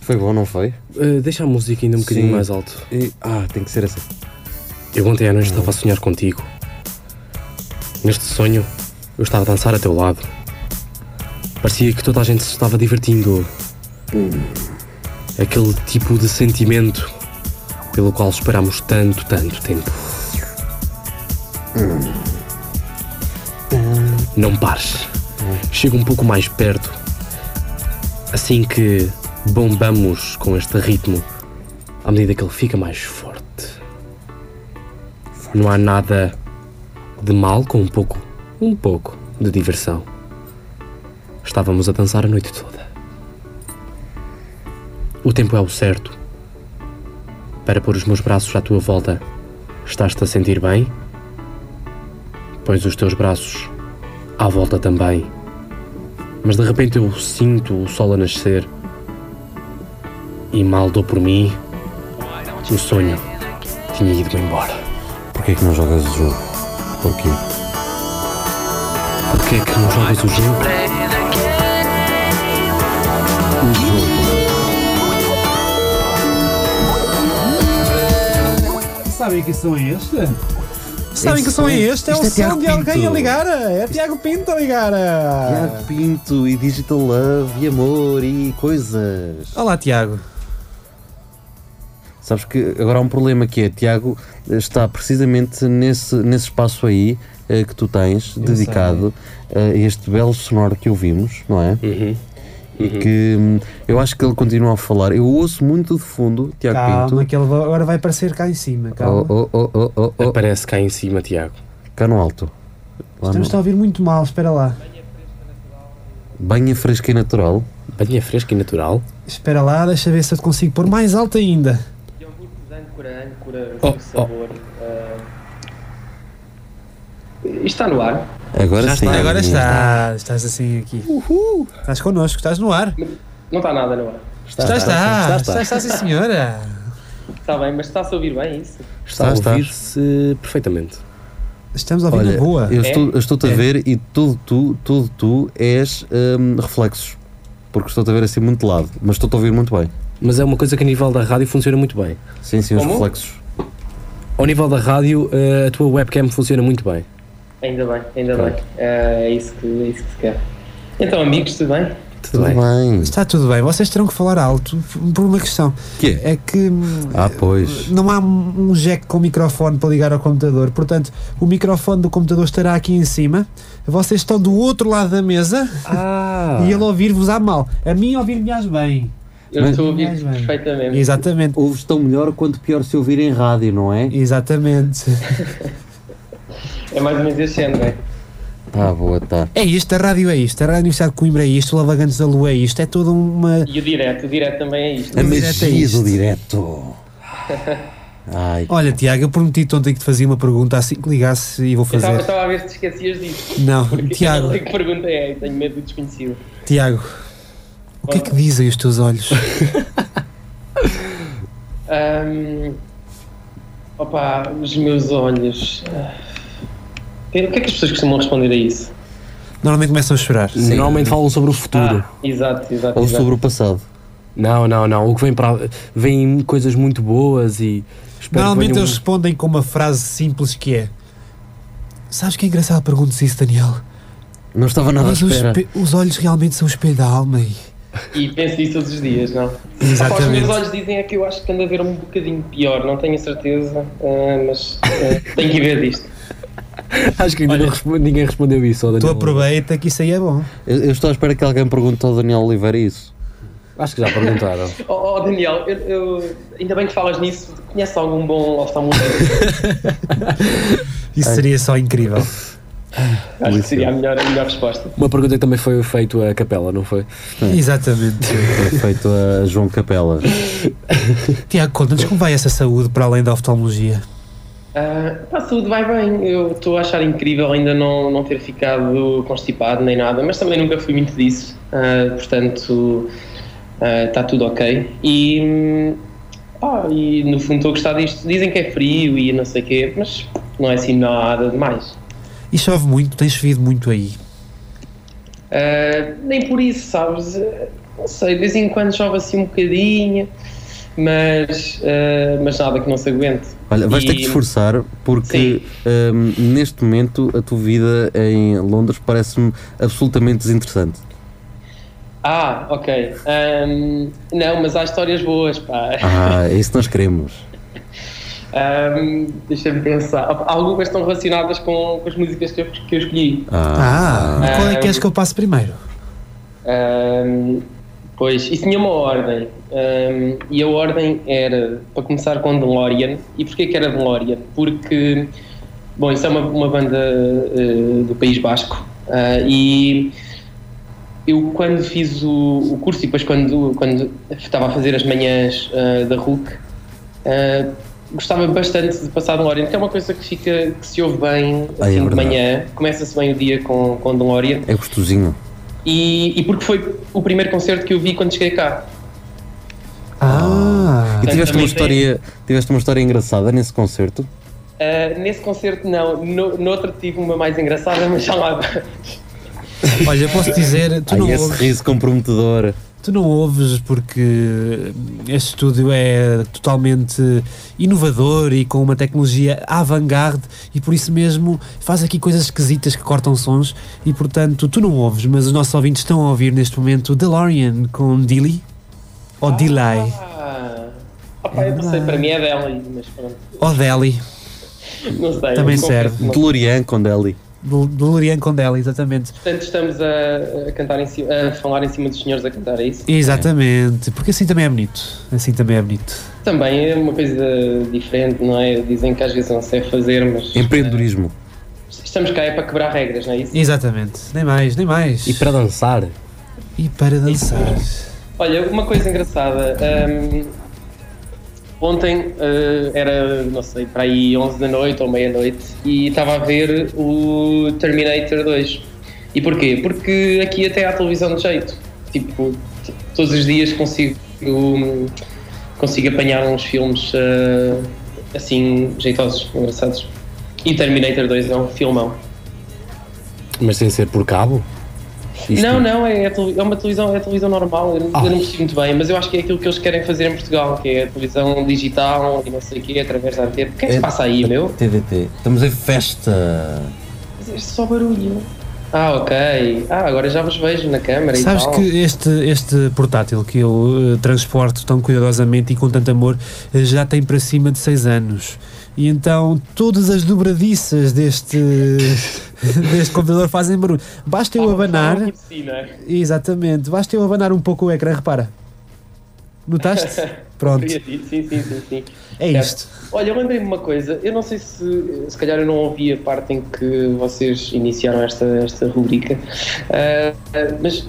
Foi bom, não foi? Ah, deixa a música ainda um bocadinho Sim. mais alto. E- ah, tem que ser assim. Eu ontem à noite estava a sonhar contigo. Neste sonho, eu estava a dançar a teu lado. Parecia que toda a gente se estava divertindo. Aquele tipo de sentimento pelo qual esperámos tanto, tanto tempo. Não pares. Chega um pouco mais perto. Assim que bombamos com este ritmo, à medida que ele fica mais forte. Não há nada de mal com um pouco, um pouco de diversão. Estávamos a dançar a noite toda. O tempo é o certo para pôr os meus braços à tua volta. Estás-te a sentir bem? Pões os teus braços à volta também. Mas de repente eu sinto o sol a nascer e mal dou por mim. O sonho tinha ido-me embora. Porquê que não jogas o jogo? Porquê? Porquê é que não jogas o jogo? Sabem que som é este? Sabem que som é este? É o Isto é som Tiago de alguém Pinto. a ligar! É Tiago Pinto a ligar! Tiago Pinto e Digital Love e amor e coisas. Olá, Tiago. Sabes que agora há um problema que é, Tiago está precisamente nesse, nesse espaço aí eh, que tu tens, dedicado eh, a este belo sonoro que ouvimos, não é? E que hum, eu acho que ele continua a falar. Eu ouço muito de fundo, Tiago Calma, Pinto. que ele va- agora vai aparecer cá em cima. Calma. Oh, oh, oh, oh, oh, oh. Aparece cá em cima, Tiago. Cá no alto. Lá no... Estamos a ouvir muito mal, espera lá. Banha fresca e natural. Banha fresca é e natural. Espera lá, deixa ver se eu te consigo pôr mais alto ainda. Âncora, âncora, Oh, oh. sabor. ah. Isto está no ar. Agora sim. agora está. Estás assim aqui. Uhul. Estás connosco, estás no ar. Não está nada no ar. Está, estás, está. está, Estás, estás, sim, senhora. Está bem, mas está-se a ouvir bem é isso. Está, Está, a ouvir-se eh, perfeitamente. Estamos a ouvir Olha, na boa. eu É? estou- eu estou-te a ver e todo tu, todo tu és hum, reflexos. Porque estou-te a ver assim muito de lado, mas estou-te a ouvir muito bem. Mas é uma coisa que a nível da rádio funciona muito bem. Sim, sim, os Como? reflexos. Ao nível da rádio, eh, a tua webcam funciona muito bem. Ainda bem, ainda Pronto. bem. Ah, é, isso que, é isso que se quer. Então, amigos, tudo bem? Tudo bem. bem. Está tudo bem. Vocês terão que falar alto por uma questão. Que é? É que. hum, Ah, pois. Não há um jack com microfone para ligar ao computador, portanto, o microfone do computador estará aqui em cima. Vocês estão do outro lado da mesa Ah! e ele ouvir-vos à mal. A mim ouvir-me-ás bem. Eu Mas- estou a ouvir Mais bem. perfeitamente. Exatamente. Ouves tão melhor quanto pior se ouvir em rádio, não é? Exatamente. É mais ou menos este género, não é? Tá boa, tá. É isto, a rádio é isto, a Rádio Universidade de Coimbra é isto, o Lavagantes da Lua é isto, é toda uma. E o direto, o direto também é isto. A direto é magia do isto. direto. Ai, Olha, Tiago, eu prometi-te ontem que te fazia uma pergunta assim que ligasse e vou Eu estava- fazer. estava a ver se te esquecias disso. Não, Tiago, A que pergunta é, tenho medo do desconhecido. Tiago, o que é que dizem os teus olhos? Ahm, opa, os meus olhos. Ah, O que é que as pessoas costumam responder a isso? Normalmente começam a chorar. Normalmente falam sobre o futuro. Ah, exato, exato. ou exato. sobre o passado. Não, não, não. O que vem para. Vêm coisas muito boas e. espero Normalmente que venham- eles respondem com uma frase simples que é Sabes que é engraçado perguntas isso, Daniel? Não estava nada à Mas os, Ah, espera. espe- os olhos realmente são o espelho da alma e... E penso nisso todos os dias, não? Opa, os meus Exatamente. olhos dizem é que eu acho que anda a ver um bocadinho pior, não tenho a certeza, ah, mas ah, tenho que ir ver disto. Acho que ainda não respo- ninguém respondeu isso. ao Tu Daniel. aproveita que isso aí é bom. Eu, eu estou à espera que alguém pergunte ao Daniel Oliveira isso. Acho que já perguntaram. Oh, oh, Daniel, eu, eu- ainda bem que falas nisso, conheces algum bom oftalmologista? Isso seria só incrível. acho que seria a melhor, a melhor resposta. Uma pergunta que também foi feita à capela, não foi? Exatamente. Foi feito a João Capela. Tiago, conta-nos como vai essa saúde para além da oftalmologia. Ah, pá, a saúde vai bem, eu estou a achar incrível ainda não, não ter ficado constipado nem nada, mas também nunca fui muito disso, ah, portanto ah, está tudo ok. E, hum, pá, e no fundo estou a gostar disto. Dizem que é frio e não sei o quê, mas não é assim nada demais. E chove muito, tem chovido muito aí. Ah, Uh, nem por isso, sabes? não sei, de vez em quando chove assim um bocadinho, mas, uh, mas nada que não se aguente. Olha, vais ter que te esforçar porque um, neste momento a tua vida em Londres parece-me absolutamente desinteressante. Ah, ok. Um, não, mas há histórias boas, pá. Ah, é isso que nós queremos. Um, Deixa-me pensar. Algumas estão relacionadas com, com as músicas que eu, que eu escolhi. Ah, qual é que és que eu passo primeiro? Um, pois, isso tinha uma ordem. Um, e a ordem era para começar com DeLorean. E porquê que era DeLorean? Porque, bom, isso é uma, uma banda uh, do País Basco uh, e eu quando fiz o, o, curso e depois quando, quando estava a fazer as manhãs uh, da RUC ah, gostava bastante de passar DeLorean, que é uma coisa que fica que se ouve bem Ah, é assim de verdade. manhã, começa-se bem o dia com, com DeLorean É gostosinho. e, e porque foi o primeiro concerto que eu vi quando cheguei cá. Ah, E tiveste uma, também tem- história, tiveste uma história engraçada nesse concerto. Uh, nesse concerto não, no, noutra tive uma mais engraçada, mas já lá. olha, posso dizer, tu Ai, não Ah, esse ouves. riso comprometedor. Tu não ouves porque este estúdio é totalmente inovador e com uma tecnologia avant-garde e por isso mesmo faz aqui coisas esquisitas que cortam sons e portanto tu não ouves, mas os nossos ouvintes estão a ouvir neste momento DeLorean com Dilly ou Delay Ah, opa, eu não sei, para mim é dela, mas pronto, ou Deli, não sei. Também eu confesso serve. que não. DeLorean com Deli. Del- DeLorean com Deli, exatamente. Portanto, estamos a, a cantar em cima, a falar em cima dos senhores a cantar, é isso? Exatamente, porque assim também é bonito, assim também é bonito. Também é uma coisa diferente, não é? Dizem que às vezes não sei fazer, mas Empreendedorismo. estamos cá é para quebrar regras, não é isso? Exatamente, nem mais, nem mais. E para dançar? E para dançar. Olha, uma coisa engraçada. hum, ontem eh, era, não sei, para aí 11 da noite ou meia-noite e estava a ver o Terminator 2. E porquê? Porque aqui até há televisão de jeito. Tipo, t- todos os dias consigo, hum, consigo apanhar uns filmes eh, assim, jeitosos, engraçados. E Terminator 2 é um filmão. Mas sem ser por cabo? Isto- Não, não, é, é tele- é uma televisão, é televisão normal, eu, Ah. não- eu não percebi muito bem, mas eu acho que é aquilo que eles querem fazer em Portugal, que é a televisão digital e não sei o quê, através da antena. O que é que se passa aí, meu? TDT. Estamos em festa. Mas é só barulho. Ah, ok. Ah, agora já vos vejo na câmara e Sabes tal. que este, este portátil que eu eh, transporto tão cuidadosamente e com tanto amor eh, já tem para cima de 6 anos. E então todas as dobradiças deste, deste computador fazem barulho. Basta eu abanar. Por si, Ah, não é? Exatamente, basta eu abanar um pouco o ecrã, repara. Notaste? Pronto, Sim, sim, sim, sim, sim. é isto. Olha, eu lembrei-me uma coisa, eu não sei se, se calhar eu não ouvi a parte em que vocês iniciaram esta, esta rubrica, ah, ah, mas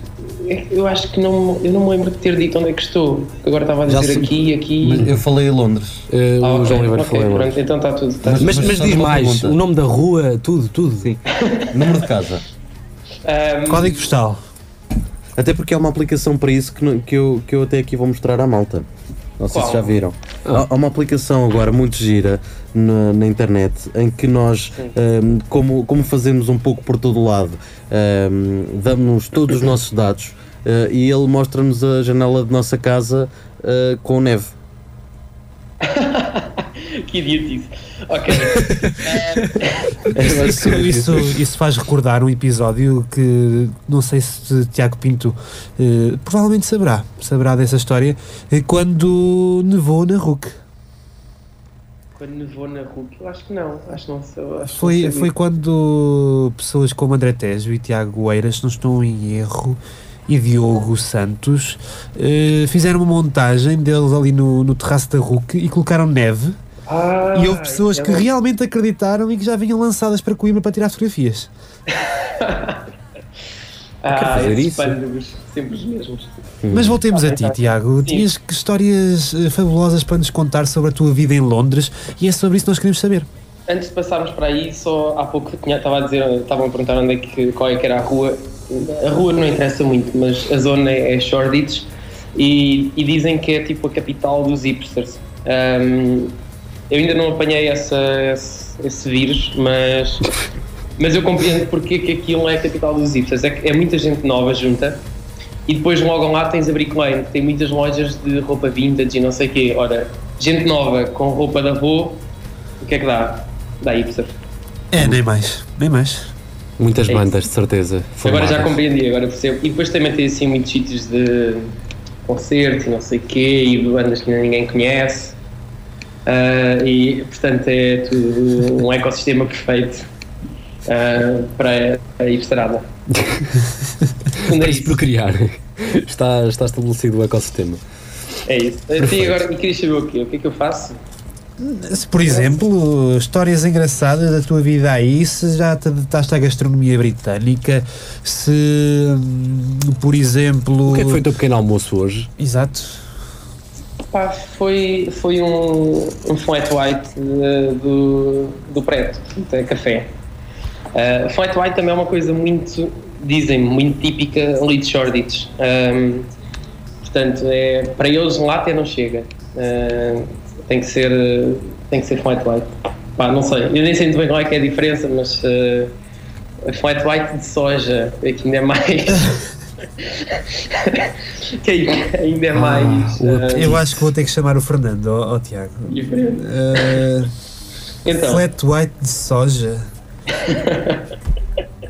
eu acho que não, eu não me lembro de ter dito onde é que estou. Agora estava a Já dizer sei. aqui, aqui. Eu falei em Londres. Eh, Ah, o ok, João Oliveira ok, falou. pronto, então está tudo. Tá Mas- tudo. Mas, mas só diz uma mais, pergunta. o nome da rua, tudo, tudo. Sim. Número de casa. Ahm, Código postal. Até porque há uma aplicação para isso que, não- que, eu, que eu até aqui vou mostrar à malta. Não sei Qual? Ah. se já viram. Há, há uma aplicação agora muito gira na, na internet em que nós, ahm, como, como fazemos um pouco por todo lado, ahm, damos todos os nossos dados ah, e ele mostra-nos a janela de nossa casa ah, com neve. que idiotice. Ok. Isso, isso, isso faz recordar um episódio que não sei se Tiago Pinto eh, provavelmente saberá, saberá dessa história, eh, quando nevou na RUC. Quando nevou na RUC, eu acho que não, acho que não sou. Acho que Foi, não sei. foi quando pessoas como André Tejo e Tiago Eiras, se não estou em erro, e Diogo Santos eh, fizeram uma montagem deles ali no, no terraço da RUC e colocaram neve. Ah, E houve pessoas é que bom. realmente acreditaram e que já vinham lançadas para Coimbra para tirar fotografias. ah, fazer esses isso. pândegos, sempre os mesmos. Mas voltemos a bem, ti, tá. Tiago. Tinhas que histórias eh, fabulosas para nos contar sobre a tua vida em Londres e é sobre isso que nós queremos saber. Antes de passarmos para aí, só há pouco tinha, estava a dizer, estavam a perguntar onde é que, qual é que era a rua. A rua não interessa muito, mas a zona é Shoreditch e, e dizem que é tipo a capital dos hipsters. Ahm, eu ainda não apanhei essa, esse, esse vírus, mas, mas eu compreendo porque é que aquilo é a capital dos hipsters. É, que é muita gente nova junta e E depois logo lá tens a Brick Lane, que tem muitas lojas de roupa vintage e não sei o quê. Ora, gente nova com roupa da avô, o que é que dá? Dá hipster. É, nem mais, nem mais. Muitas É isso. bandas, de certeza. Agora já formadas. compreendi, agora percebo. E depois também tem assim muitos sítios de concertos e não sei o quê, e bandas que ninguém conhece. Ah, e portanto é tudo um ecossistema perfeito ah, para a hipsterada. Fundo, é Para se isso. procriar. Está, está estabelecido o ecossistema. É isso. Sim, agora e querias saber o quê? O que é que eu faço? Se, por exemplo, histórias engraçadas da tua vida aí, se já te dedicaste à gastronomia britânica, se, hum, por exemplo... O que é que foi o teu pequeno almoço hoje? Exato. Pá, foi, foi um, um flat white eh, do, do preto, portanto, é café. Eh, flat white também é uma coisa muito, dizem-me, muito típica ali de Shoreditch. Ahm, portanto, é, para eles latte não chega. Eh, tem, que ser, eh, tem que ser flat white. Pá, não sei, eu nem sei muito bem qual é que é a diferença, mas eh, a flat white de soja é que ainda é mais... que ainda- ainda é mais... o eh, apetite. Eu acho que vou ter que chamar o Fernando, ó ó, Tiago. diferente. Ah, Então, Flat white de soja.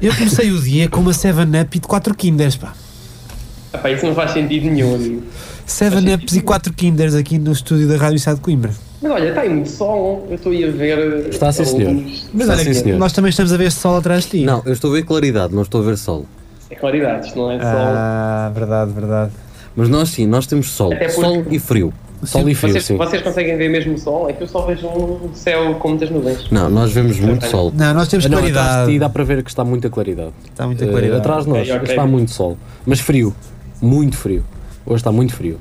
Eu comecei o dia com uma 7-Up e de 4 Kinders, pá. epá, isso não faz sentido nenhum, amigo. 7-Ups e 4 Kinders aqui no estúdio da Rádio Estado de Coimbra. Mas olha, está aí muito sol, eu estou aí a ver. eh, Está, sim, a senhor. luz. Mas Está olha, sim, senhor. nós também estamos a ver este sol atrás de ti. Não, eu estou a ver claridade, não estou a ver sol. É claridade, isto não é sol. Ah, verdade, verdade. Mas nós sim, nós temos sol. Até porque- Sol e frio. Sol e frio, vocês, sim. vocês conseguem ver mesmo o sol? É que eu só vejo um céu com muitas nuvens. Não, nós vemos muito sol. Não, nós temos Ah, Não, atrás de ti claridade. dá para ver que está muita claridade. Está muita Eh, claridade. atrás de nós Ok, ok. está muito sol. Mas frio. Muito frio. Hoje está muito frio.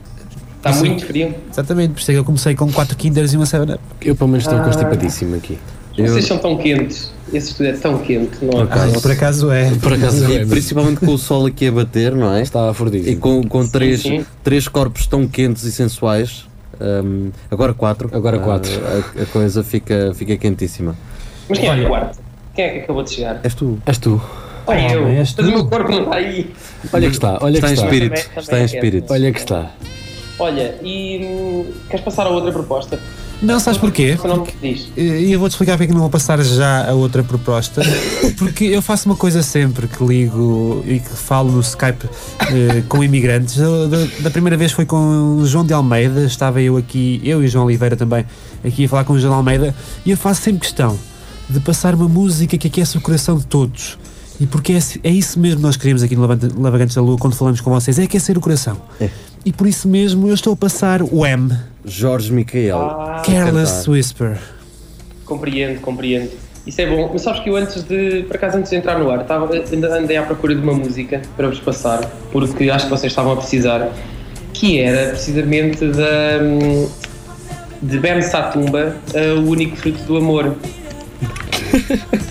Está muito frio. Exatamente, por isso é que eu comecei com 4 Kinders e uma 7-Up. Eu pelo menos estou constipadíssimo aqui. Vocês são tão quentes. Esse estudo é tão quente, não é? Ah, por acaso é. Por acaso é, E mas principalmente com o sol aqui a bater, não é? está E afrodisíaco. com, com três, sim. três corpos tão quentes e sensuais. hum, agora quatro. Agora Ah, quatro. a, a coisa fica, fica quentíssima. Mas quem é que é o quarto? Quem é que acabou de chegar? És tu. És tu. Ah, eu. homem, és Mas o meu corpo não está aí. Olha que está, olha que Está em está. espírito. Também- também está em é espírito. Olha que está. Olha, e. hum, Queres passar a outra proposta? é Não, sabes porquê? Você não me diz. Eh, E eu vou-te explicar porque é que não vou passar já a outra proposta. Porque eu faço uma coisa sempre que ligo e que falo no Skype eh, com imigrantes. Da, da- da primeira vez foi com o João de Almeida, estava eu aqui, eu e o João Oliveira também, aqui a falar com o João de Almeida. E eu faço sempre questão de passar uma música que aquece o coração de todos. E porque é, esse- é isso mesmo que nós queremos aqui no Lavante- Lavagantes da Lua quando falamos com vocês: é aquecer o coração. E por isso mesmo eu estou a passar o M, Jorge Micael. Ah, Careless Whisper. Compreendo, compreendo. Isso é bom. Mas sabes que eu antes de, por acaso, antes de entrar no ar, estava, ainda andei à procura de uma música para vos passar, porque acho que vocês estavam a precisar, que era precisamente da hum, de Ben Satumba, eh, O Único Fruto do Amor.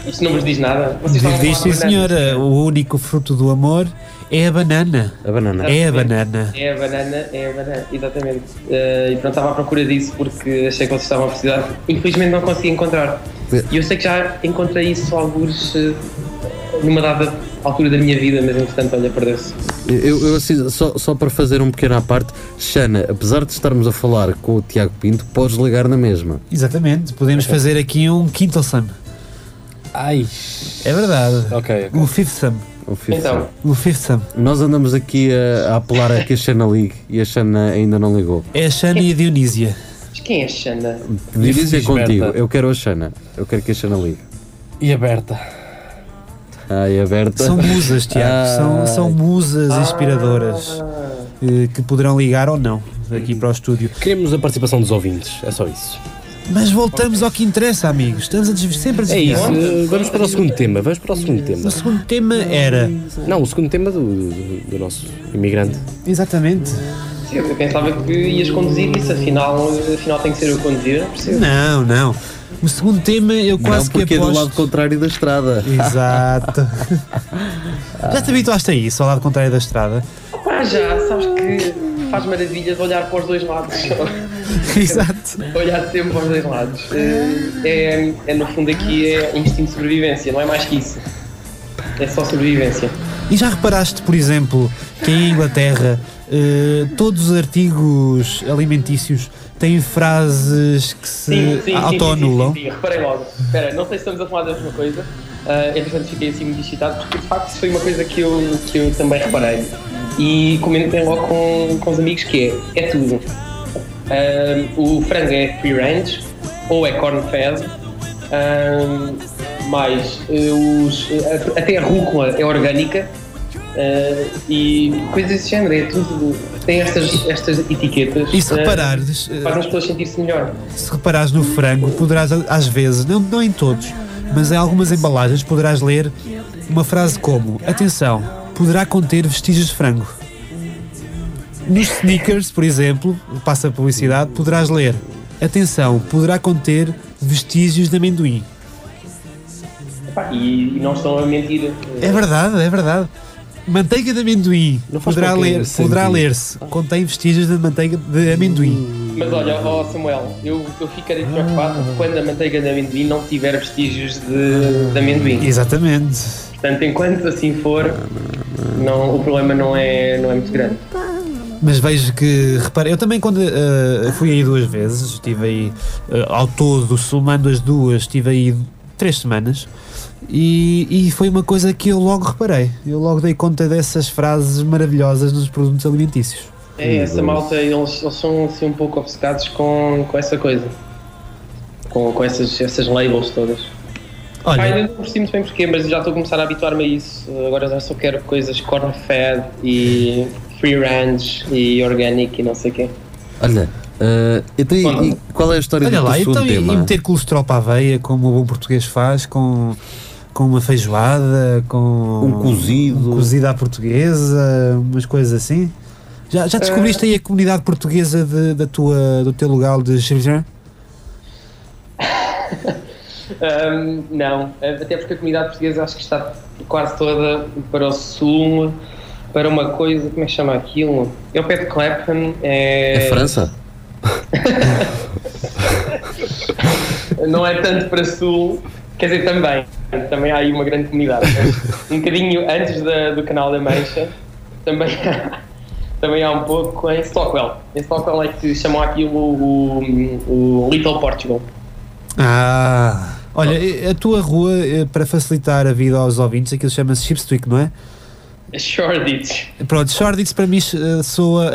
Isto não vos diz nada? Vocês estavam a Diz, sim falar de bananas. senhora, o único fruto do amor é a banana. A banana. É a banana. É a banana, é a banana, exatamente. Eh, e pronto, estava à procura disso porque achei que vocês estavam a precisar. Infelizmente não consegui encontrar. E eu sei que já encontrei isso alguns eh, numa dada altura da minha vida, mas entretanto, olha, perdeu-se. Eu, eu assim, só, só para fazer um pequeno à parte, Xana, apesar de estarmos a falar com o Tiago Pinto, podes ligar na mesma. Exatamente, podemos fazer aqui um quinto sum. Ai. É verdade. Ok, ok. Um fifth sum. Não fiz Então, Um fifth sum. Nós andamos aqui a, a apelar a que a Xana ligue e a Xana ainda não ligou. É a Shana e a Dionísia. mas quem é Xana? Diz é Felizberta. contigo, eu quero a Xana. Eu quero que a Xana ligue. E aberta. Ai, aberta. São musas, Tiago. São, Ah. são musas inspiradoras eh, que poderão ligar ou não aqui para o estúdio. Queremos a participação dos ouvintes, é só isso. Mas voltamos ao que interessa, amigos. Estamos a desvi- sempre a É isso, desviar. eh, vamos para o segundo tema, vamos para o segundo tema. O segundo tema era. Não, o segundo tema do, do, do nosso imigrante. Exatamente. Sim, Eu pensava que ias conduzir isso, afinal, afinal tem que ser eu a conduzir. Percebo. Não, não. O segundo tema eu Não, quase que porque é do aposto. lado contrário da estrada. Exato. Já te habituaste a isso, ao lado contrário da estrada? Ah, já, sabes que faz maravilhas olhar para os dois lados. Exato. olhar sempre para os dois lados. Eh, É, um é, no fundo aqui é instinto de sobrevivência, não é mais que isso. É só sobrevivência. E já reparaste, por exemplo, que em Inglaterra eh, todos os artigos alimentícios têm frases que se autoanulam? Sim, sim, sim, reparei logo. Espera, não sei se estamos a falar da mesma coisa. Ah, entretanto, fiquei assim muito excitado, porque de facto isso foi uma coisa que eu, que eu também reparei. E comentei logo com, com os amigos que é, é tudo. Ah, o frango é free range, ou é corn fed, ah, mas eh, os, eh, até a rúcula é orgânica. ah, e coisas desse género, é tudo. Tem estas, estas etiquetas. E se ah, reparares, eh, Fazem as pessoas sentir-se melhor. se reparares no frango, poderás às vezes, não, não em todos, mas em algumas embalagens poderás ler uma frase como Atenção, poderá conter vestígios de frango. Nos sneakers, por exemplo, passa a publicidade, poderás ler Atenção, poderá conter vestígios de amendoim. Epá, E, e não estão a mentir. É verdade, é verdade. Manteiga de amendoim. Não faz Poderá qualquer ler- poderá sentido. Hum. ler-se. contém vestígios de manteiga de amendoim. Mas olha, ó Samuel, eu, eu ficarei preocupado quando a manteiga de amendoim não tiver vestígios de, de amendoim. Exatamente. Portanto, enquanto assim for, não, o problema não é, não é muito grande. Mas vejo que, repara, eu também quando eh, fui aí duas vezes, estive aí eh, ao todo, somando as duas, estive aí três semanas e, e foi uma coisa que eu logo reparei. Eu logo dei conta dessas frases maravilhosas nos produtos alimentícios. É, essa malta, eles, eles são assim, um pouco obcecados com, com essa coisa. Com, com essas, essas labels todas. Ah, Olha, ainda não percebi muito bem porquê, mas já estou a começar a habituar-me a isso. Agora já só quero coisas corn-fed e free range e organic e não sei o quê. Olha, eh, então e- Olha. e qual é a história olha do lá, teu então segundo e, e tema? meter colesterol para a aveia, como o bom português faz, com, com uma feijoada, com Um cozido. um cozido à portuguesa, umas coisas assim. Já, já descobriste aí a comunidade portuguesa de- da tua, do teu lugar de Chirurgião? Ahm, não, até porque a comunidade portuguesa acho que está quase toda para o sul, para uma coisa, como é que chama aquilo? É o pé de Clapham, É é, França? não é tanto para sul, quer dizer, também, também há aí uma grande comunidade. mas um bocadinho antes da- do canal da Mancha, também há, também há um pouco em Stockwell. Em Stockwell é que chamam aquilo o, o Little Portugal. Ah! Olha, eh, a tua rua, eh, para facilitar a vida aos ouvintes, aquilo chama-se Chipstwick, não é? Shoreditch. Pronto, Shoreditch para mim eh, soa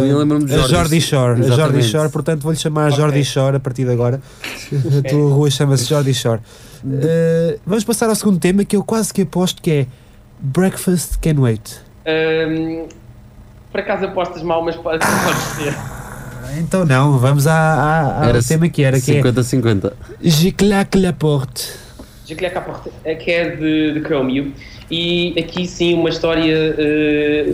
Eu eh, lembro-me de a Jordi. Jordi Shore. A Jordi Exatamente. Shore, portanto vou-lhe chamar Jordi Shore a partir de agora. A tua rua chama-se Jordi Shore. Uhum. Eh, vamos passar ao segundo tema que eu quase que aposto que é Breakfast Can Wait. Ahm, por acaso apostas mal, mas pode, pode ser. Então não, vamos à, à, ao Era Ah, tema que era, que é 50-50. Giclac Laporte. Jacqueline Caporte, que é de, de Chromio, e aqui sim uma história eh,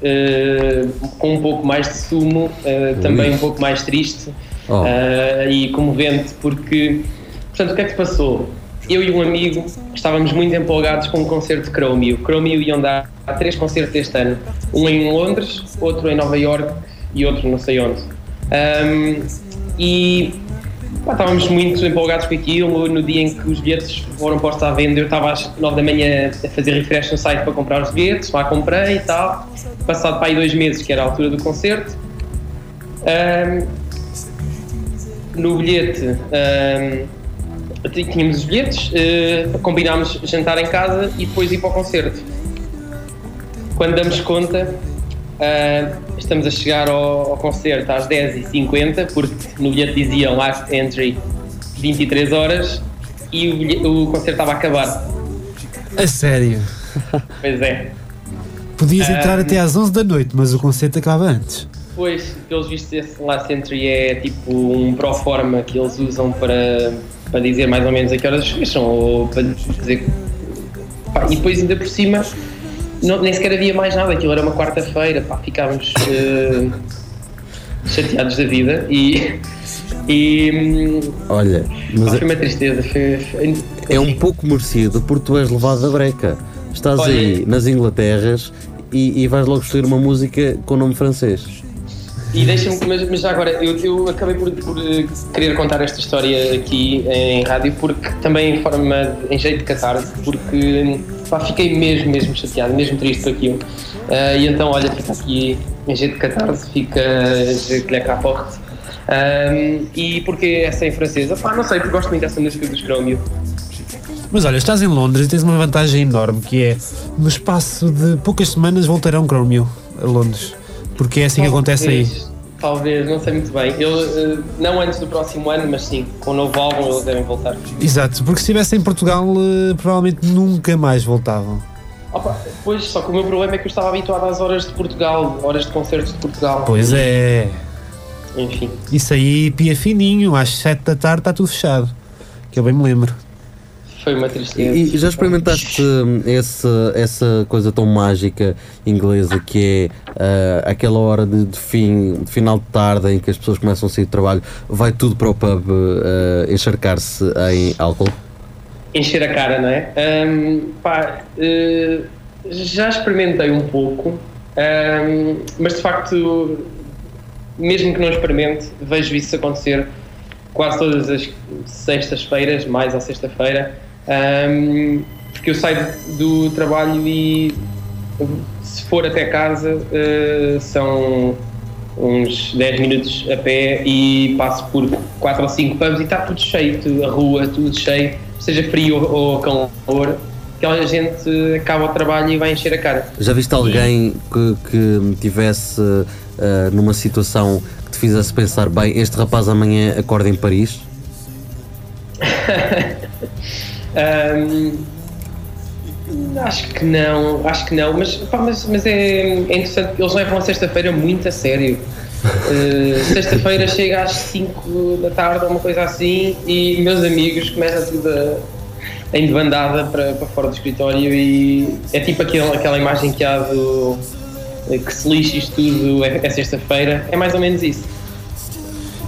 eh, com um pouco mais de sumo, eh, também um pouco mais triste Oh. eh, e comovente, porque, portanto, o que é que se passou? Eu e um amigo estávamos muito empolgados com um concerto de Chromio. Chromio iam dar três concertos este ano, um em Londres, outro em Nova York e outro não sei onde. Ahm, e Pá, estávamos muito empolgados com aquilo. No dia em que os bilhetes foram postos à venda, eu estava às 9 da manhã a fazer refresh no site para comprar os bilhetes, lá comprei e tal. Passado para aí dois meses, que era a altura do concerto, ahm, no bilhete ahm, t- tínhamos os bilhetes, eh, combinámos jantar em casa e depois ir para o concerto. Quando damos conta, ah, estamos a chegar ao, ao concerto às 10h50, porque no bilhete dizia last entry 23 horas e o, bilhe- o concerto estava a acabar. A sério. Pois é. Podias entrar Ah, até às 11 da noite, mas o concerto acaba antes. Pois, pelos vistos, esse last entry é tipo um pro forma que eles usam para, para dizer mais ou menos a que horas fecham ou para dizer. Pá, e depois, ainda por cima, não- nem sequer havia mais nada, aquilo era uma quarta-feira, pá, ficávamos eh, chateados da vida e. e hum, Olha, pá, mas foi uma tristeza. Foi, foi- é, é um pouco merecido porque tu és levado a breca. Estás Olha. aí nas Inglaterras e, e vais logo escolher uma música com nome francês. E deixa-me, mas, mas já agora, eu, eu acabei por, por eh, querer contar esta história aqui em rádio, porque também em forma, de- em jeito de catarse, porque hum, pá, fiquei mesmo, mesmo chateado, mesmo triste com aquilo. Ah, e então, olha, fica aqui em jeito de catarse, fica eh, Je claque la porte. Ahm, e porque essa é em francesa? Pá, não sei, porque gosto muito dessa música dos Chromio. Mas olha, estás em Londres e tens uma vantagem enorme que é no espaço de poucas semanas voltarão Chromio a Londres. Porque é assim que acontece aí. Talvez, Talvez, não sei muito bem. Eu, eh, não antes do próximo ano, mas sim, com o novo álbum eles devem voltar. Exato, porque se estivesse em Portugal eh, provavelmente nunca mais voltavam. Opa, pois, só que o meu problema é que eu estava habituado às horas de Portugal, horas de concertos de Portugal. Pois é. Enfim. Isso aí pia fininho, às 7 da tarde está tudo fechado. Que eu bem me lembro. Foi uma tristeza. E, e já experimentaste hum, essa, essa coisa tão mágica inglesa que é ah, aquela hora de, de fim, de final de tarde em que as pessoas começam a sair do trabalho, vai tudo para o pub ah, encharcar-se em álcool? Encher a cara, não é? Ahm, pá, eh, já experimentei um pouco, ahm, mas de facto, mesmo que não experimente, vejo isso acontecer quase todas as sextas-feiras, mais à sexta-feira, ahm, porque eu saio do trabalho e se for até casa eh, são uns 10 minutos a pé e passo por 4 ou 5 pubs e está tudo cheio, tu- a rua, tudo cheio, seja frio ou, ou calor, aquela gente acaba o trabalho e vai encher a cara. Já viste alguém que, que tivesse ah, numa situação que te fizesse pensar, bem, este rapaz amanhã acorda em Paris? Ahm, acho que não, acho que não, mas, pá, mas, mas é, é interessante, eles levam a sexta-feira muito a sério. Eh, sexta-feira chega às 5 da tarde, ou uma coisa assim, e meus amigos começam tudo a, em bandada para, para fora do escritório e é tipo aquele, aquela imagem que há do eh, que se lixa isto tudo é, é sexta-feira, é mais ou menos isso.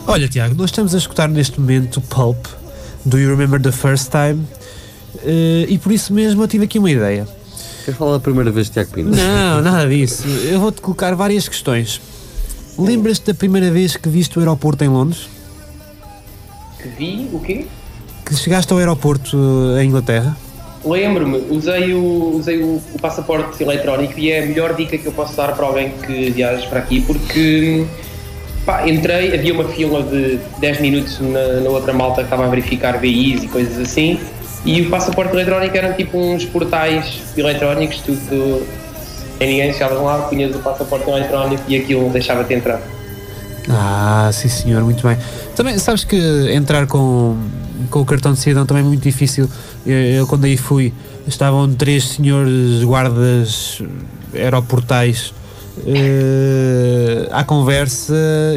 Olha, Tiago, nós estamos a escutar neste momento o Pulp do You Remember the First Time eh, e por isso mesmo eu tive aqui uma ideia. Queres falar da primeira vez de Tiago Pinto? Não, nada disso. Eu vou-te colocar várias questões. Lembras-te da primeira vez que viste o aeroporto em Londres? Que vi o quê? Que chegaste ao aeroporto eh, em Inglaterra? Lembro-me, usei, o, usei o, o passaporte eletrónico e é a melhor dica que eu posso dar para alguém que viaja para aqui, porque pá, entrei, havia uma fila de 10 minutos na, na outra malta que estava a verificar BIs e coisas assim, e o passaporte eletrónico eram tipo uns portais eletrónicos, tudo. Em ninguém chegavas lá, punhas o passaporte eletrónico e aquilo deixava-te entrar. Ah, sim senhor, muito bem. Também sabes que entrar com, com o cartão de cidadão também é muito difícil. Eu, eu quando aí fui, estavam três senhores guardas aeroportais eh, à conversa.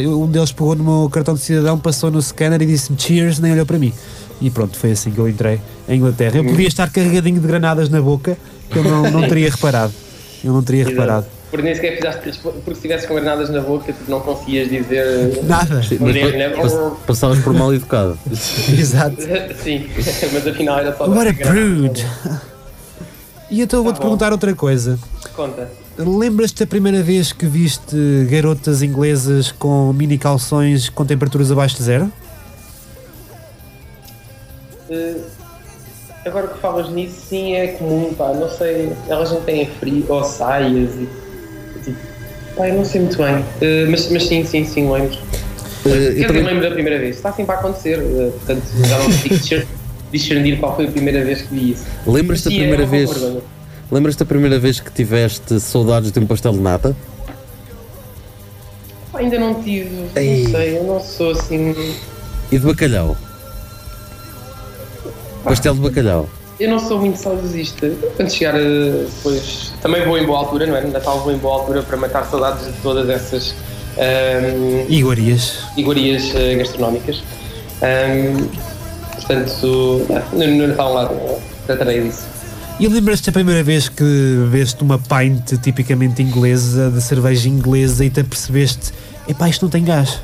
Um deles pegou no meu cartão de cidadão, passou no scanner e disse-me cheers, nem olhou para mim. E pronto, foi assim que eu entrei em Inglaterra. Eu podia estar carregadinho de granadas na boca, que eu não, não teria reparado. Eu não teria reparado. Porque nem sequer fizeste, porque se tivesse com granadas na boca, tu não conseguias dizer. Nada. Sim, mas Mulher, pa- né? pa- Passavas por mal educado. Exato. Sim, mas afinal era só. What Oh, a granadas. prude! E então vou-te bom. perguntar outra coisa. Conta. Lembras-te da primeira vez que viste garotas inglesas com mini calções com temperaturas abaixo de zero? Eh, agora que falas nisso, sim, é comum, pá, não sei, elas não têm frio, ou saias e. Tipo, pá, eu não sei muito bem. Eh, mas, mas sim, sim, sim, Eh, lembro. Quer eu dizer, também- lembro da primeira vez, está sempre a acontecer, eh, portanto já não consigo discer- discernir qual foi a primeira vez que vi isso. Lembras-te da Mas sim, primeira é uma boa vez? pergunta. Lembras-te da primeira vez que tiveste saudades de um pastel de nata? Pá, Ainda não tive, não Ei. sei, eu não sou assim. E de bacalhau? Pastel de bacalhau. Eu não sou muito saudosista. Quando chegar a. Depois, também vou em boa altura, não é? No Natal vou em boa altura para matar saudades de todas essas ahm, Iguarias. iguarias eh, gastronómicas. Ahm, portanto, ah, no, no Natal lá é? tratarei disso. E lembras-te da primeira vez que veste uma pint tipicamente inglesa, de cerveja inglesa, e te apercebeste: epá, isto não tem gás?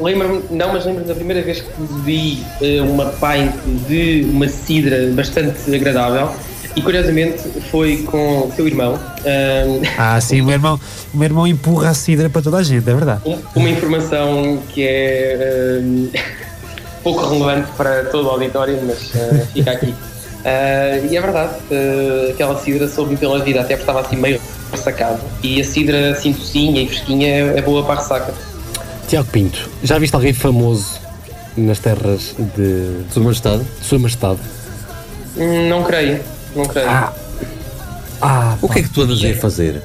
Lembro-me, não, mas lembro-me da primeira vez que bebi eh, uma pint de uma cidra bastante agradável. E curiosamente foi com o teu irmão. hum, Ah, sim, o meu irmão, o meu irmão empurra a cidra para toda a gente, é verdade. um- uma informação que é hum, pouco relevante para todo o auditório, mas ah, fica aqui. Ah, e é verdade, ah, aquela cidra soube-me pela vida, até porque estava assim meio ressacado. E a cidra assim docinha e fresquinha é, é boa para a ressaca. Tiago Pinto, já viste alguém famoso nas terras de Sua Majestade. Sua Majestade? Hum, Não creio, não creio. Ah, O que é que tu andas aí a fazer?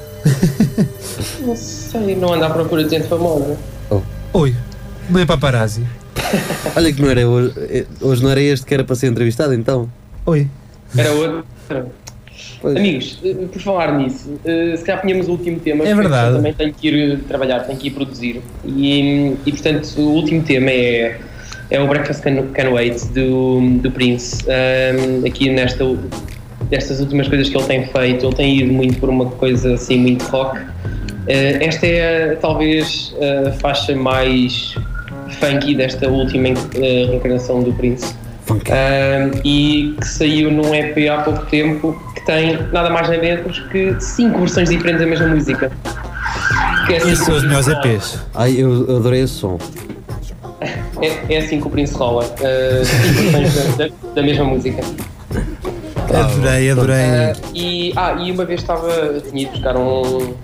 Não sei, não ando à procura de gente famosa. Oi, não é paparazzi. Olha que não era hoje. eh, Hoje não era este que era para ser entrevistado, então. Oi. Era outro. Pois. Amigos, eh, por falar nisso, eh, se calhar tínhamos o último tema. É porque verdade. Eu também tenho que ir eh, trabalhar, tenho que ir produzir. E, hum, e, portanto, o último tema é, é o Breakfast Can, Can Wait do, do Prince. Ahm, aqui nesta, nestas últimas coisas que ele tem feito, ele tem ido muito por uma coisa assim, muito rock. Eh, esta é talvez a faixa mais funky desta última eh, reencarnação do Prince. Funk. Um, e que saiu num EP há pouco tempo que tem nada mais nem menos que cinco versões diferentes da mesma música. Que é assim Esses que são o os Prince melhores rola. EPs. Ai, eu eu adorei esse som. É, é assim que o Prince rola. Uh, cinco versões da, da- da mesma música. Adorei, adorei. Uh, e, ah, e uma vez estava. eu Tinha ido buscar um,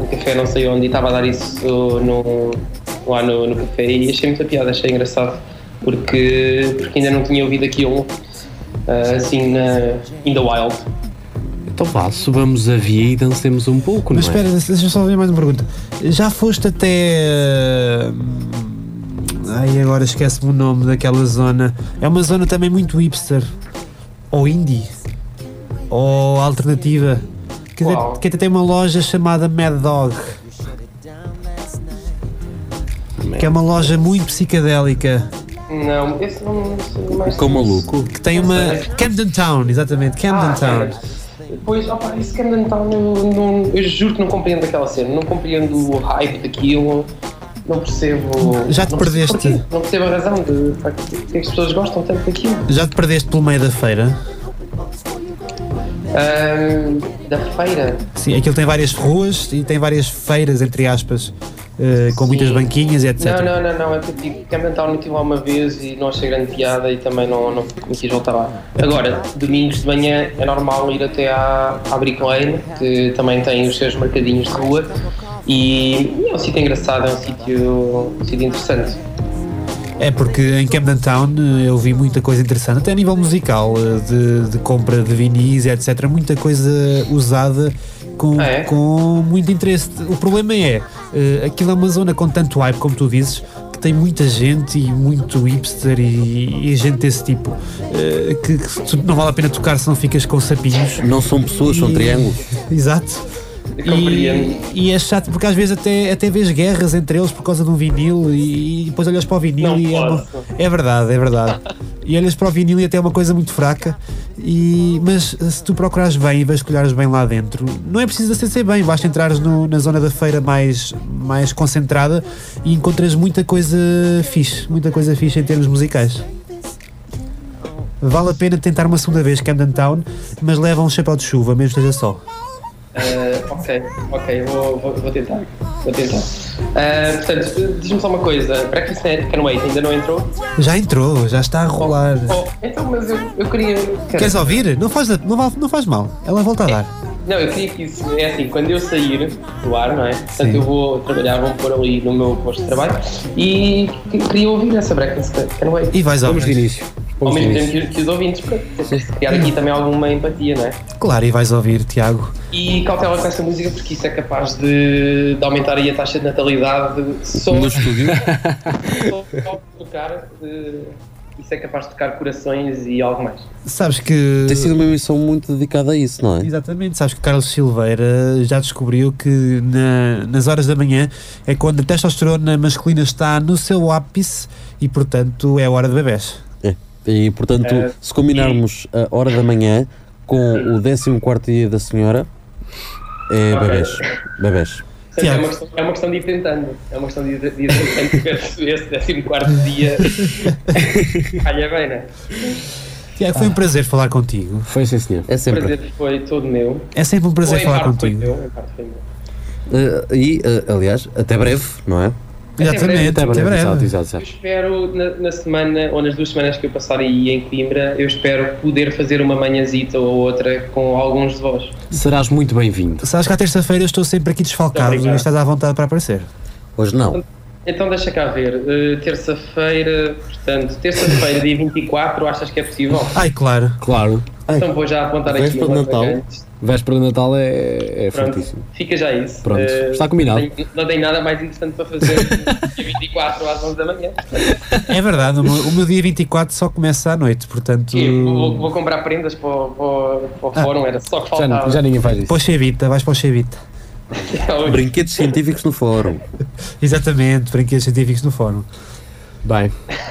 um café, não sei onde, e estava a dar isso no, lá no, no café e achei muita piada, achei engraçado, porque, porque ainda não tinha ouvido aquilo uh, assim na, in the wild. então vá, subamos a via e dancemos um pouco, Mas não é? espera, deixa-me só fazer mais uma pergunta. Já foste até. hum, Ai, agora esquece-me o nome daquela zona. É uma zona também muito hipster. Ou indie. Ou alternativa. Que, até- Qual? que até tem uma loja chamada Mad Dog. Que é uma loja muito psicadélica. Não, esse não sei mais. Tá Com maluco. Que tem uma. Camden Town, exatamente. Camden Ah, Town. é. Pois, opa, esse Camden Town, eu, não- eu juro que não compreendo aquela cena, não compreendo o hype daquilo, não percebo. Já te não percebo perdeste. porquê, Não percebo a razão de pá, que que as pessoas gostam tanto daquilo. Já te perdeste pelo meio da feira? Ahm, da feira. Sim, aquilo tem várias ruas e tem várias feiras, entre aspas, eh, com Sim. muitas banquinhas e etc. Não, não, não, não, é que eu digo, Camden Town eu estive lá uma vez e não achei grande piada e também não, não me quis voltar lá. Agora, domingos de manhã é normal ir até à, à Brick Lane, que também tem os seus mercadinhos de rua e é um sítio engraçado, é um sítio, um sítio interessante. É porque em Camden Town eh, eu vi muita coisa interessante, até a nível musical, eh, de, de compra de vinis, etc. Muita coisa usada com, Ah, é? com muito interesse. O problema é, eh, aquilo é uma zona com tanto hype, como tu dizes, que tem muita gente e muito hipster e, e gente desse tipo, eh, que, que tu- não vale a pena tocar se não ficas com sapinhos. Não são pessoas, são E- triângulos. Exato. E, Compreendo. e é chato porque às vezes até, até vês guerras entre eles por causa de um vinil e, e depois olhas para o vinil Não e é, uma- posso. é verdade, é verdade. e olhas para o vinil e até é uma coisa muito fraca. E, mas se tu procurares bem e vasculhares bem lá dentro, não é preciso ser bem, basta entrares no- na zona da feira mais, mais concentrada e encontras muita coisa fixe, muita coisa fixe em termos musicais. Vale a pena tentar uma segunda vez Camden Town, mas leva um chapéu de chuva, mesmo que esteja sol. Ah, ok, ok, vou, vou, vou tentar. Vou tentar. Ah, portanto, diz-me só uma coisa: Breakfast at Can Wait ainda não entrou? Já entrou, já está a rolar. Oh, então, mas eu, eu queria. Queres ouvir? Não faz, não, vale- não faz mal. Ela volta a dar. Não, eu queria que isso. É assim, quando eu sair do ar, não é? Portanto, eu vou trabalhar, vou pôr ali no meu posto de trabalho e que- queria ouvir essa Breakfast at Can Wait. E vais Vamos de ouvir. início. Ao Vamos de mesmo tempo início. que, que os ouvintes, para criar aqui também alguma empatia, não é? Claro, e vais ouvir, Tiago. E cautela com essa música, porque isso é capaz de, de aumentar aí a taxa de natalidade só. No estúdio. Só de tocar, eh, isso é capaz de tocar corações e algo mais. Sabes que. Tem sido uma emissão muito dedicada a isso, não é? Exatamente, sabes que o Carlos Silveira já descobriu que na- nas horas da manhã é quando a testosterona masculina está no seu ápice e, portanto, é hora de bebés. E portanto, É. se combinarmos a hora da manhã com o 14 dia da senhora, é Ok. bebés. Bebés. Portanto, é, Tiago. uma questão, é uma questão de ir tentando. É uma questão de ir, de ir é é? tentando ver se esse 14 dia calha bem, né? Tiago, foi um prazer falar contigo. Foi sim, senhor. É O sempre. prazer foi todo meu. É sempre um prazer Ou em falar parte foi contigo. meu, em parte foi meu. Eh, e, eh, aliás, até breve, não é? Exatamente, Até até Até breve, exato, breve. exato, Eu exato. espero, na, na semana ou nas duas semanas que eu passar aí em Coimbra, eu espero poder fazer uma manhãzita ou outra com alguns de vós. Serás muito bem-vindo. Sabes que à terça-feira eu estou sempre aqui desfalcado Obrigado. e estás à vontade para aparecer. Hoje não. Então deixa cá ver, Eh, terça-feira, portanto, terça-feira, dia 24, achas que é possível? Ai, claro. Claro. Então vou já apontar Vais aqui. para o uma Natal? vacante. Véspera de Natal é, é fortíssimo. Fica já isso. Pronto, Eh, está combinado. Não tenho, não tenho nada mais interessante para fazer dia 24 às 11 da manhã. É verdade, o meu, o meu dia 24 só começa à noite, portanto. E eu vou, vou comprar prendas para o, para o- para o fórum, era só que Já, faltava. já ninguém faz isso. Para o Chevita, vais para o Chevita. Tá Brinquedos científicos no fórum. Exatamente, brinquedos científicos no fórum. Bem,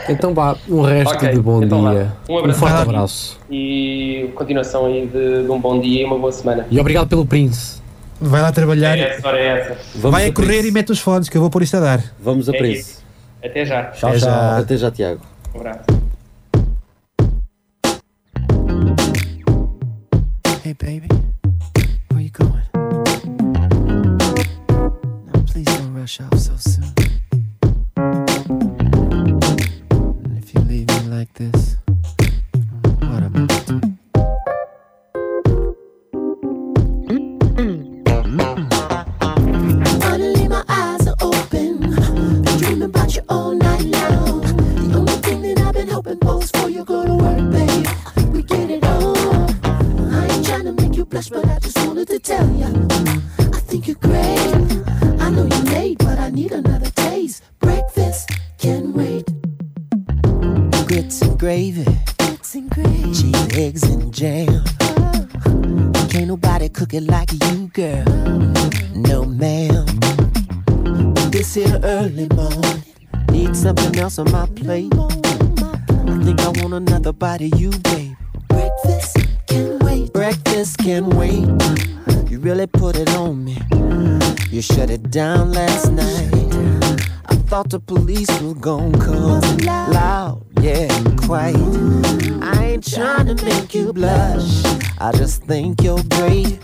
então vá, um resto Ok, de bom então vá. dia. Um abraço. forte abraço. e continuação aí de, de um bom dia e uma boa semana. E obrigado pelo Prince. Vai lá trabalhar, É essa, hora é essa. Vamos vai a a correr e preço. mete os fones, que eu vou por isto a dar. Vamos a É preço. Até já. Tchau, Até tchau. já. Até Então já, Tiago. Um abraço. Hey, baby, where you going? Now, please don't rush off so soon. And if you leave me like this, what am I gonna do? Finally, my eyes are open. Been dreaming about you all night long. The only thing that I've been hoping for is for you gonna work, babe. We get it on. I ain't trying to make you blush, but I just wanted to tell you. I think you're great. I know you're late, but I need another taste. Breakfast can wait. Grits and gravy, It's in great. cheese, eggs, and jam. Can't nobody cook it like you, girl. No, ma'am. This here early morning. Need something else on my plate. I think I want another bite of you, babe. Breakfast can wait. Breakfast can wait. You really put it on me. You shut it down last night. I thought the police were gonna come. Was it loud? Loud, yeah, quite. I ain't tryna make you blush. I just think you're great.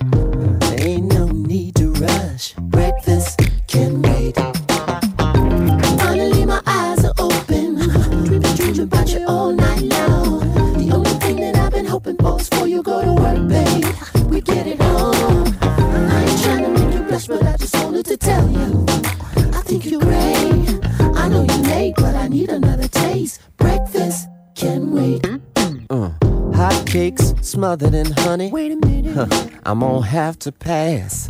There ain't no need to rush. Breakfast can wait. Finally, my eyes are open. Dreaming, dreaming about you all night long. The only thing that I've been hoping for is for you go to work, babe. We get it on. I ain't trying to make you blush, but I just wanted to tell you. I think you're great. I know you're late, but I need another taste. Breakfast can wait. Hot cakes smothered in honey. Wait a minute. Huh, I'm gonna have to pass.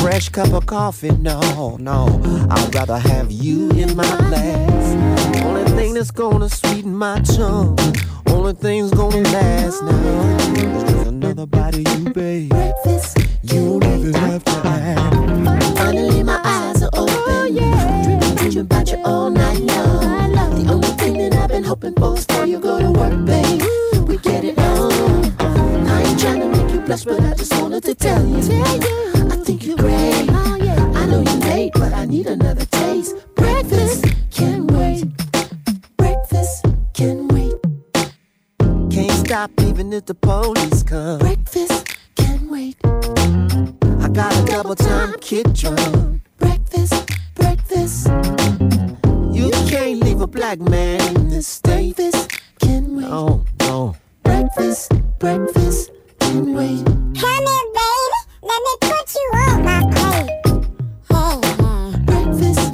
Fresh cup of coffee, no, no. I'd rather have you in my glass. Only thing that's gonna sweeten my tongue. Only thing's gonna last now. Is just another body you, babe. Breakfast You don't even have to ask. Finally, my eyes are open. Dreaming, dreaming about you all night long. The only thing that I've been hoping for is for you go to work, babe. We get it on. I ain't trying to make you blush, but I just wanted to tell you. Oh, I think you're great. I know you're late, but I need another taste. Breakfast can wait. Breakfast can wait. Can't stop even if the police come. Breakfast can wait. I got a double time kid drum. Breakfast, breakfast, You can't leave a black man in this state. breakfast can wait. Oh, no. Breakfast, breakfast, can wait. Come here, baby. Let me put you on my plate. Hey, hey. Breakfast